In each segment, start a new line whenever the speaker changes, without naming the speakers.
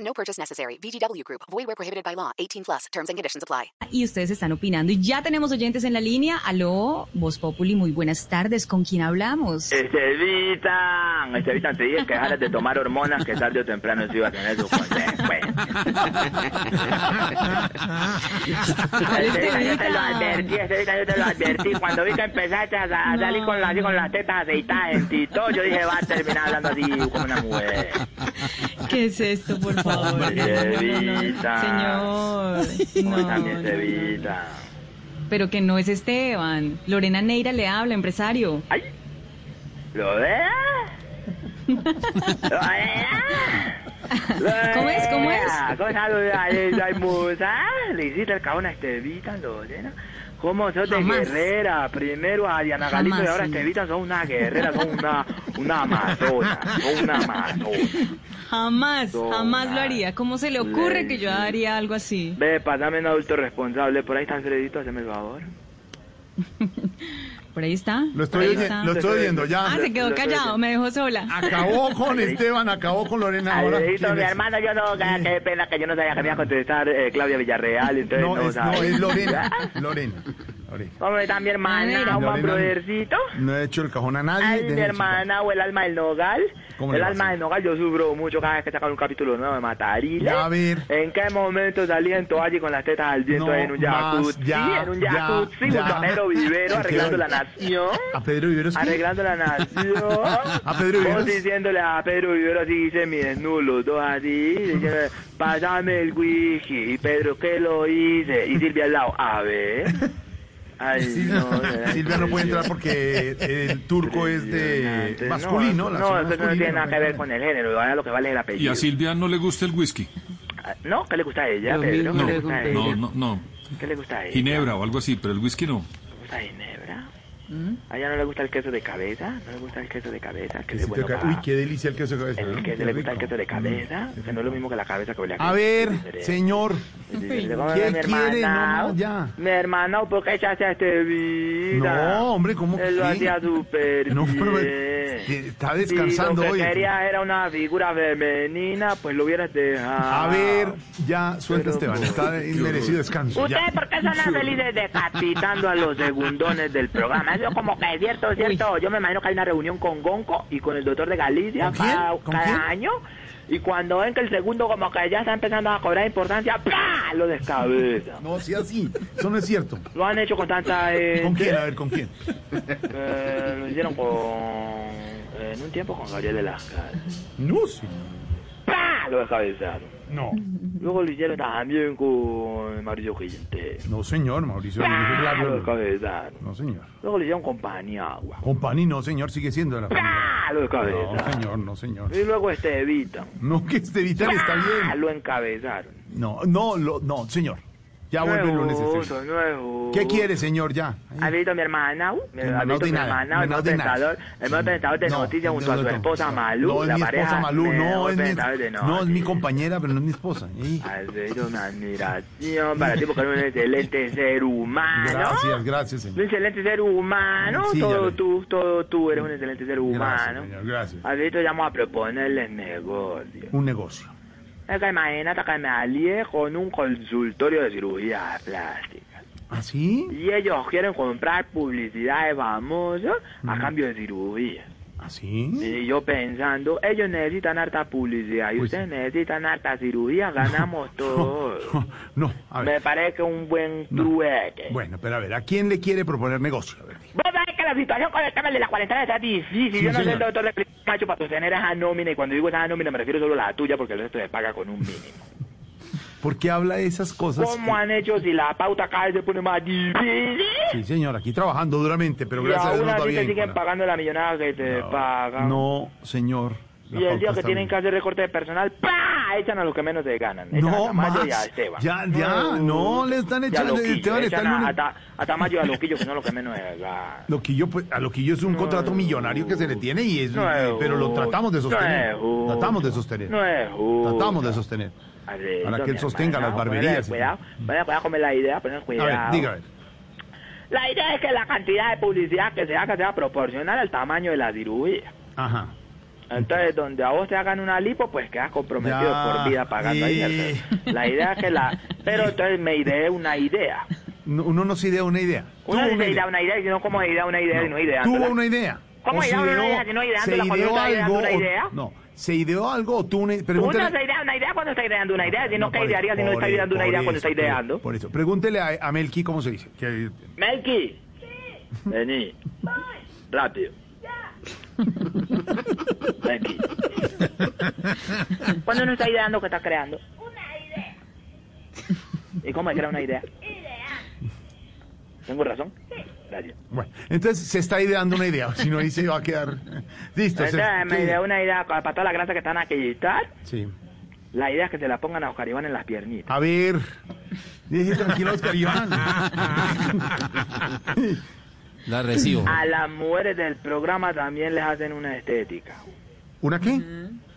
No purchase necessary. VGW Group. Void where prohibited by law. 18 plus. Terms and conditions apply.
Y ustedes están opinando. Y ya tenemos oyentes en la línea. Aló, Voz Populi, muy buenas tardes. ¿Con quién hablamos?
Eh, Estevita, Estevita, te dije que dejaras de tomar hormonas que tarde o temprano se iba a tener su Eh, consecuencia. Estevita, yo te lo advertí, Estevita, yo te lo advertí. Cuando vi que empezaste a, a salir con, la- así con las tetas aceitadas en ti y todo, yo dije, va a terminar hablando así como una mujer.
¿Qué es esto, por favor?
Hombre, Evita.
Señor.
Hoy también,
no, no.
Estevita.
Pero que no es Esteban. Lorena Neira le habla, empresario.
¡Ay! ¿Lo vea? ¿Lo vea?
¿Cómo es? ¿Cómo es?
¿Cómo está Lorena? ¿Ay, musa? Le hiciste el cabrón a Estevita, Lorena. ¿Cómo sos de
Jamás.
guerrera? Primero a Diana
Jamás,
Galindo y ahora
señor.
Estevita sos una guerrera, sos una, una amazona, sos una amazona.
Jamás,
No,
jamás lo
nada.
haría. ¿Cómo se le ocurre que yo
Lady.
haría algo así?
Ve, pasame un adulto responsable, por ahí está Alfredito, hazme el favor.
Por ahí está.
Lo
por
estoy,
ahí
oye-
está.
lo estoy oyendo, ya.
Ah, se
lo
quedó
estoy
callado,
oyendo.
me dejó sola.
Acabó con Esteban, acabó con Lorena. Ahora,
Alfredito,
¿quién
mi
es?
hermano, yo no, qué qué pena que yo no sabía que me iba a contestar eh, Claudia Villarreal, entonces
No,
no,
es, no,
sabía.
es Lorena. Lorena. Lorena.
¿Cómo está mi hermana,
Mira.
Juan
Lorena.
Brodercito?
No he hecho el cajón a nadie.
Ay, mi
déjenme
hermana o el alma del Nogal.
¿Cómo le
El
va,
alma
señor?
del Nogal, yo sufro mucho cada vez que sacan un capítulo nuevo de Matarila.
Ya, a ver.
¿En qué momento salí en toalla y con las tetas al viento
No
en un
más,
jacuzzi?
ya,
en un
ya,
jacuzzi,
ya.
un tapero vivero,
Se
arreglando
quedó-
la nación.
explicar. A Pedro Viveros.
Arreglando la nación.
¿A Pedro Viveros?
Vos diciéndole a Pedro Viveros así dice mi desnudo, los dos así, diciéndole, pásame el wiki, y Pedro, ¿qué lo hice? Y Silvia al lado, a ver. Ay,
Sí,
no, era
Silvia no puede entrar
impresionante.
porque el turco es de
Impresionante.
masculino.
No,
la
no,
zona
eso no
masculina,
tiene nada que ver con el género, ahora lo que vale es el
Y
apellido.
a Silvia no le gusta el whisky.
Ah, No, ¿qué le gusta a ella,
Lo mismo
Pedro? ¿Qué
No,
le
le
gusta a
pregunté.
ella?
no, no, no.
¿Qué le gusta a ella?
Ginebra o algo así, pero el whisky no.
¿Le gusta Ginebra?
¿Mm?
¿A ella no le gusta el queso de cabeza? ¿No le gusta el queso de cabeza? Que le
Quesito de
bueno
ca-
para-
Uy, qué delicia el queso de cabeza.
El
¿no?
que
Qué
le gusta el
rico.
queso de cabeza,
Mm,
que no es lo mismo que la cabeza que huele
A ver, señor. ¿Qué quiere? No, no, ya.
Mi hermano, ¿por qué echaste a este vida?
No, hombre, ¿cómo
Él lo
qué?
hacía súper
No, pero
bien.
eh, está descansando
Si lo que
hoy.
quería era una figura femenina, pues lo hubieras dejado.
A ver, ya, suelta
Pero,
Esteban.
por-
Está en merecido descanso. ya.
¿Ustedes por qué son tan felices decapitando a los segundones del programa? Eso como que es cierto, es cierto. Yo me imagino que hay una reunión con Gonco y con el doctor de Galicia
¿Con quién?
cada,
¿Con
cada
quién?
año. Y cuando ven que el segundo como que ya está empezando a cobrar importancia, ¡plá! Lo descabeza.
No, sí, así. Eso no es cierto.
Lo han hecho con tanta... eh,
¿Con quién? A ver, ¿con quién?
eh, lo hicieron con... En un tiempo con Gabriel de las Casas.
No, sí.
¡Plá! Lo descabezaron.
No,
Luego lo hicieron también con Mauricio Quillente.
no, señor, Mauricio. Rodríguez
¡Plá! Lo
Largo.
descabezaron.
No, señor.
Luego le hicieron compañía agua.
Compani, no, señor, sigue siendo de la familia.
¡Pah! Lo
No,
encabezaron.
señor, no, señor.
Y luego este Evita.
No, que este vital
Ah.
está
¡Pah!
bien.
Lo encabezaron.
No, no, lo- no, señor. Ya
No
vuelve el lunes,
es
este.
justo, no es justo.
¿Qué quiere, señor, ya?
¿Has visto mi hermana? uh, Mi
Hermano
¿Has visto mi
ordinario,
hermana? El
hermano
mejor presentador, el mejor
ordinario.
presentador de
Mm, No,
noticias junto a
no,
su
no, no.
esposa Malú.
No, es
la
mi
pareja
esposa Malú, no,
mejor
es mi,
presentador de
no, es mi
noticias.
compañera, pero no es mi esposa. ¿eh?
Has sido una admiración para ti porque eres un excelente ser humano.
Gracias, gracias,
Un
señor.
excelente ser humano,
Sí, ya
todo
lo-
tú, todo tú eres un excelente ser
Gracias,
humano.
señor, gracias.
Has visto, llamo a proponerles negocios.
Un negocio.
Es que imagínate que me alié con un consultorio de cirugía plástica.
¿Ah, sí?
Y ellos quieren comprar publicidad de famosos a cambio de cirugía.
¿Ah, sí?
Y yo pensando, ellos necesitan harta publicidad y
Uy,
ustedes necesitan harta cirugía, ganamos todos.
No, a
Me
ver.
parece un buen
No.
trueque.
Bueno, pero a ver, ¿a quién le quiere proponer negocio? A ver,
Vos sabés que la situación con el tema de la cuarentena está difícil.
Sí,
Yo no sé
señor.
el doctor de Macho para sostener esa nómina. Y cuando digo esa nómina me refiero solo a la tuya porque el resto se paga con un
Ah,
mínimo.
¿Por qué habla de esas cosas?
¿Cómo
que-
han hecho si la pauta cada vez se pone más difícil?
Sí, señor, aquí trabajando duramente, pero
Y
gracias a Dios
aún
no
así
todavía
te siguen
vinculado.
pagando la millonada que te pagan.
No, señor. la
Y el
pauta
día que
está
tienen que
bien.
hacer recorte de personal, ¡pa! Ah, echan a los que menos se ganan. Echan a
No,
Tamayo
más.
y a Esteban.
Ya, eh, ya,
Mm.
no le están
Y a
echando.
Loquillo,
Esteban está
echan
en
a,
un-
a, Ta- a Tamayo y a Loquillo, que son los que menos se ganan.
Loquillo, pues, a Loquillo es un contrato millonario que se le tiene y es,
No es
pero lo tratamos de sostener.
justo.
Tratamos de sostener.
No es justo.
Tratamos de sostener.
Alfredo,
Para que él
mi
sostenga
hermano,
las
ponele
barberías.
Cuidado, ponele cuidado con la idea, poner
A
cuidado.
ver, dígame.
La idea es que la cantidad de publicidad que se haga sea proporcional al tamaño de la cirugía.
Ajá.
Entonces, donde a vos te hagan una lipo, pues quedas comprometido
Ya,
por vida pagando ahí.
eh.
Alfredo. La idea es que la... Pero entonces me ideé una idea.
No, Uno no se idea una idea.
Una
Tuvo
idea, una idea, y no como idea, una idea, y no idea.
Tuvo una idea.
¿Cómo
O se
idea? Una
ideó-
idea, si no ideándola,
se
cuando
ideó
está ideando
algo.
una
o-
idea.
No, se ideó algo o tuvo una
Uno
pregúntele-
se idea una idea cuando está ideando una idea, si no,
No,
¿qué
por
idearía
eso,
si no
por
está ideando una
eso,
idea
por
cuando está
eso, por-
ideando?
Por eso. Pregúntele a, a Melqui cómo se dice. que-
Melqui. Vení. Rápido. Melqui. ¿Cuándo uno está ideando que está creando? Una idea. ¿Y cómo se crea una idea? Idea. ¿Tengo razón? Sí. Gracias.
Bueno, entonces se está ideando una idea. si no, ahí se va a quedar. Listo. se-
Entonces, me
sí.
ideé una idea para todas las grasas que están aquí. y tal.
Sí.
La idea es que se la pongan a Oscar Iván en las piernitas.
A ver. Dije tranquilo, Oscar Iván.
La recibo.
A las mujeres del programa también les hacen una estética.
¿Una qué?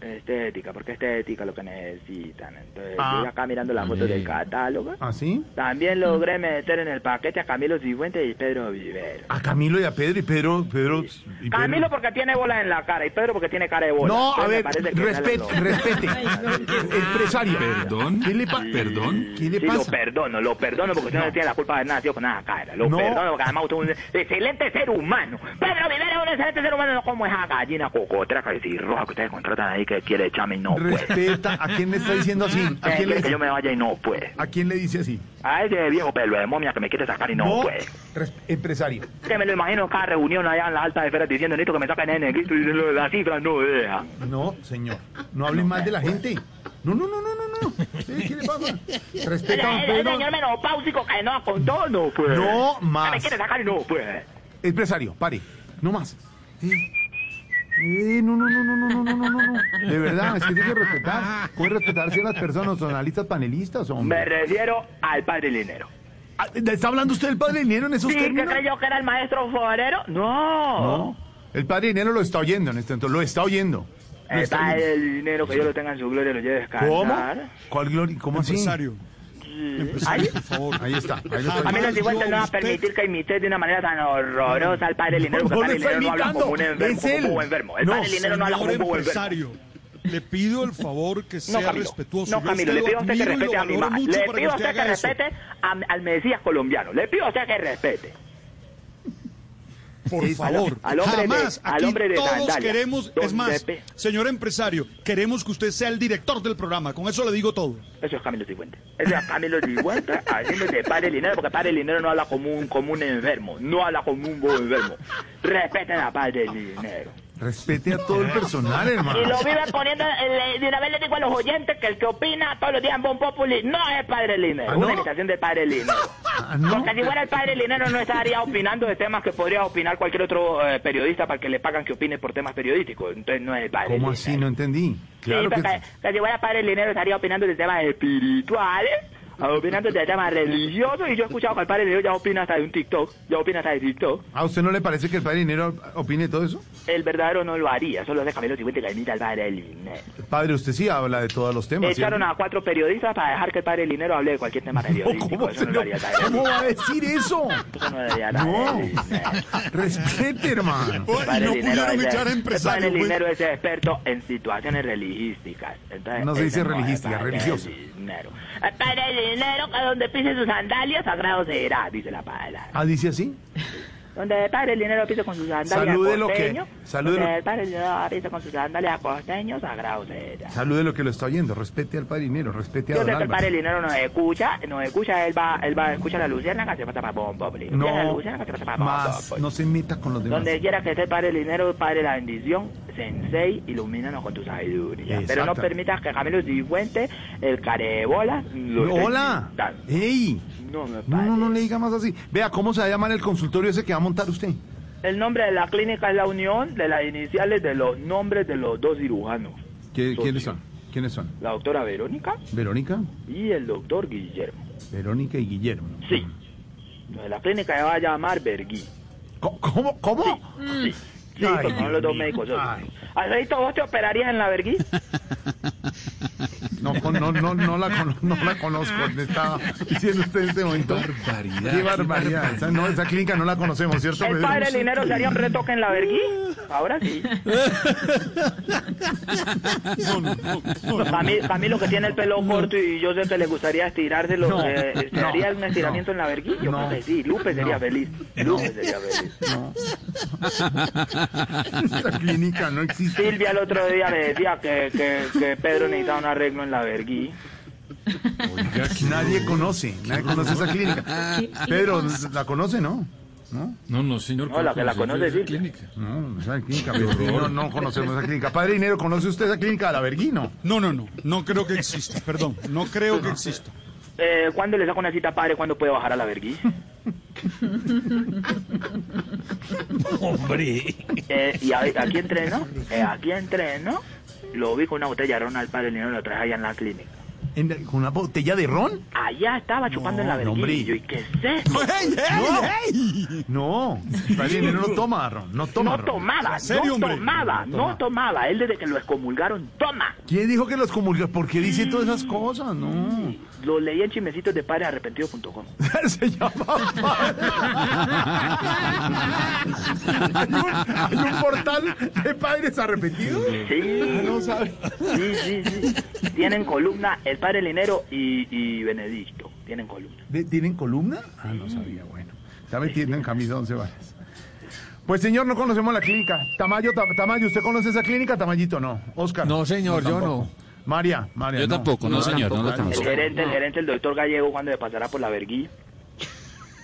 Estética, porque estética es lo que necesitan. Entonces,
Ah.
yo acá mirando las fotos del catálogo.
¿Ah, sí?
También logré meter en el paquete a Camilo Cifuentes y Pedro Vivero.
A Camilo y a Pedro y Pedro. Pedro, y Pedro.
Camilo porque tiene bolas en la cara y Pedro porque tiene cara de bola.
No, a
Entonces, me
ver,
parece que
respete,
salen los-
respete. Empresario.
Perdón.
¿Qué le pasa?
Perdón.
¿Qué le
Sí, lo
pasa?
perdono, lo perdono porque usted no, tiene la culpa de nada, tío, con nada cara. Lo
No.
perdono porque además usted es un excelente ser humano. Pedro Vivero es un excelente ser humano, no como esa gallina cocotra que roja que ustedes contratan ahí que quiere echarme y no puede.
Respeta. ¿A quién le está diciendo así? ¿A
pues. Eh,
quién
quiere que yo
le,
me vaya y no puede.
a quién le dice así?
A ese viejo pelo de momia que me quiere sacar y no, pues. puede.
res- empresario.
Que me lo imagino en cada reunión allá en las altas esferas diciendo, necesito que me saquen en el grito y lo- las cifras no dejan.
No, señor. No hablen más de la gente. No, no, no, no, no, no. Eh, ¿Qué le pasa? Respeta a don
El, el
Pedro.
señor menopáusico que no contó, no puede.
No más.
Que me quiere sacar y no pues. puede.
Empresario, pare. No más. Sí. Eh, no, no, no, no, no, no, no, no, no. De verdad, es que tiene que respetar. Puede respetarse a las personas, son analistas panelistas,
Me
hombre.
refiero al padre Linero.
Ah, ¿Está hablando usted del padre dinero en esos
Sí, ¿qué
términos?
creyó que era el maestro forero? No.
No. El padre dinero lo está oyendo en este momento, lo está oyendo. Lo
El
está
padre
oyendo.
del dinero que yo lo tenga en su gloria lo lleve a
¿Cómo?
descansar.
¿Cuál gloria? ¿Cómo así?
Empresario,
Ay,
empresario, por favor.
Ahí está, ahí lo está
a mí
oyendo.
los iguales no va a permitir que imite de una manera tan horrorosa al padre Linero, porque
No,
el padre
no
Linero
lo
no
está
habla como un
imitando,
enfermo,
es
como un
él.
bobo enfermo. El
No,
padre Linero no habla como
Señor
un bobo enfermo.
empresario, le pido el favor que sea
Camilo.
respetuoso.
No,
Yo
Camilo, le
lo
pido a usted que
admiro y lo
respete a mi
valoro
ma-
mucho
Le
para
pido a usted que
haga eso.
respete a- al Mesías colombiano. Le pido a usted que respete.
Por
Sí,
favor,
al- al hombre de-
jamás
al
aquí
hombre de
todos
sandalia.
queremos,
Don
es más,
Pepe.
señor empresario, queremos que usted sea el director del programa, con eso le digo todo.
Eso es Camilo Cifuentes. Eso es Camilo Cifuentes haciendo de padre Linero, porque padre Linero no habla como un, como un enfermo. No habla como un bobo enfermo. Respeten a padre Linero.
Respete a todo el personal, hermano.
Y lo vive poniendo, eh, le- de una vez le digo a los oyentes que el que opina todos los días en Bon Populi no es padre Linero.
¿Ah, no?
Una imitación de padre Linero.
Ah, ¿no?
Porque si fuera el padre Linero no estaría opinando de temas que podría opinar cualquier otro eh, periodista para que le pagan que opine por temas periodísticos. Entonces no es el padre
¿Cómo así? No
Linero.
entendí. Claro
sí,
que
porque que si fuera padre Linero estaría opinando de temas espirituales, opinando de temas religiosos y yo he escuchado que el padre Linero ya opina hasta de un TikTok, ya opina hasta de TikTok.
¿A usted no le parece que el padre dinero opine todo eso?
El verdadero no lo haría, solo hace Camilo Cifuentes que imita al padre Linero.
Padre, usted sí habla de todos los temas.
Echaron
¿cierto?
a cuatro periodistas para dejar que el padre Linero hable de cualquier tema
No,
periodístico.
¿cómo,
Eso
se
no
lo-
lo haría el padre
¿Cómo
Linero.
va a decir eso?
Eso no lo haría el
No.
padre Linero.
Respete, hermano.
Ay,
Padre
no
Linero
pudieron
es-
echar a empresario,
El padre
pues.
Linero es experto en situaciones religiosísticas. Entonces,
No se
ese
dice
es
religística,
padre
religiosa.
Linero. El padre Linero, que donde pise sus sandalias, sagrado será, dice la palabra.
Ah, dice así.
Donde el padre Linero pise con sus sandalias
Salude
a
lo que-
costeño,
salude
donde
lo-
el padre Linero pise con sus sandalias a costeño, sagrado será.
Salude lo que lo está oyendo. Respete al padre dinero. Respete a
Yo
don
sé que el padre
Álvaro.
Linero nos escucha, nos escucha, él va, él va a escuchar a Luciana que se pasa para Bombo. la
No,
Luciana que se pasa para
más.
Bombo. pues.
No se meta con los demás.
Donde quiera que esté el padre Linero, padre la bendición, sensei, ilumínanos con tu sabiduría.
Exacto.
Pero no permitas que Camilo Cifuentes, el carebola, lo esté
Hola.
imitando.
¡Ey!
No me
No, no, no le
parece.
diga más así. Vea, ¿cómo se va a llamar el consultorio ese que va a montar usted?
El nombre de la clínica es la unión de las iniciales de los nombres de los dos cirujanos.
¿Qué-
Socio.
¿Quiénes son? ¿Quiénes son?
La doctora Verónica
Verónica,
y el doctor Guillermo.
Verónica y Guillermo.
Sí.
Mm.
La clínica se va a llamar Bergui.
Co- ¿Cómo? ¿Cómo?
Sí. Sí,
Ay,
porque son los
Dios
dos
mío.
médicos.
Ay.
Alfredito, ¿vos te operarías en la Bergui?
No, con- no, no, no, la, cono- no la conozco. Me estaba diciendo usted en este momento.
barbaridad,
Qué
qué
barbaridad. Esa, no, esa clínica no la conocemos, ¿cierto?
¿El
Pedro?
padre Linero sería un retoque en la Bergui? Ahora sí.
No, no, no, no, no.
Para mí, pa' mí lo que tiene el pelo corto y yo sé que le gustaría estirárselo,
No,
eh,
no,
¿haría un estiramiento
no.
en la Bergui? Yo
No.
creo que sí. Lupe sería
No.
feliz. Lupe sería feliz.
Esa clínica no existe.
Silvia el otro día me decía que, que, que Pedro necesitaba un arreglo en la Bergui.
Nadie conoce. Nadie conoce esa clínica. Pedro, ¿la conoce, no? ¿No?
No, no, señor.
No, la que la
¿cómo
conoce,
esa
Silvia.
clínica?
No, esa clínica. No, no conocemos esa clínica. Padre Dinero, ¿conoce usted esa clínica de la Berguino?
No, no, no, no creo que exista, perdón, no creo que exista.
Eh, ¿Cuándo le saco una cita padre? ¿Cuándo puedo bajar a la Bergui?
Hombre.
Eh, y a- aquí entreno, eh, aquí entreno, lo vi con una botella de ron al padre Linero, lo traje allá en la clínica.
¿En la- ¿Con una botella de ron?
Allá estaba chupando en la
no,
Berguí.
hombre.
Y yo, ¿y qué es esto?
¡Ey, ey, ey!
No. Padre Dinero no toma ron. No toma
No
ron.
tomaba,
¿En serio,
no
hombre?
tomaba, no tomaba. Él desde que lo excomulgaron, toma.
¿Quién dijo que los comulgó? ¿Por qué dice todas esas cosas? No.
Lo leí en chismecitos de padrearrepentido.com.
Se llama padre. hay, un, hay un portal de padres arrepentidos.
Sí,
No sabe.
sí, sí, sí. Tienen columna el padre Linero y, y Benedicto. Tienen columna.
¿De- ¿Tienen columna? Ah, no sabía, bueno. Ya me tienen camisa once varas. Pues señor, no conocemos la clínica. Tamayo, Ta- Tamayo, ¿usted conoce esa clínica? Tamayito, no. Oscar.
No, señor, yo
tampoco. María, María.
Yo tampoco, no, señor, no la
El
conozco.
gerente, el gerente, el doctor Gallego, cuando le pasará por la Berguí.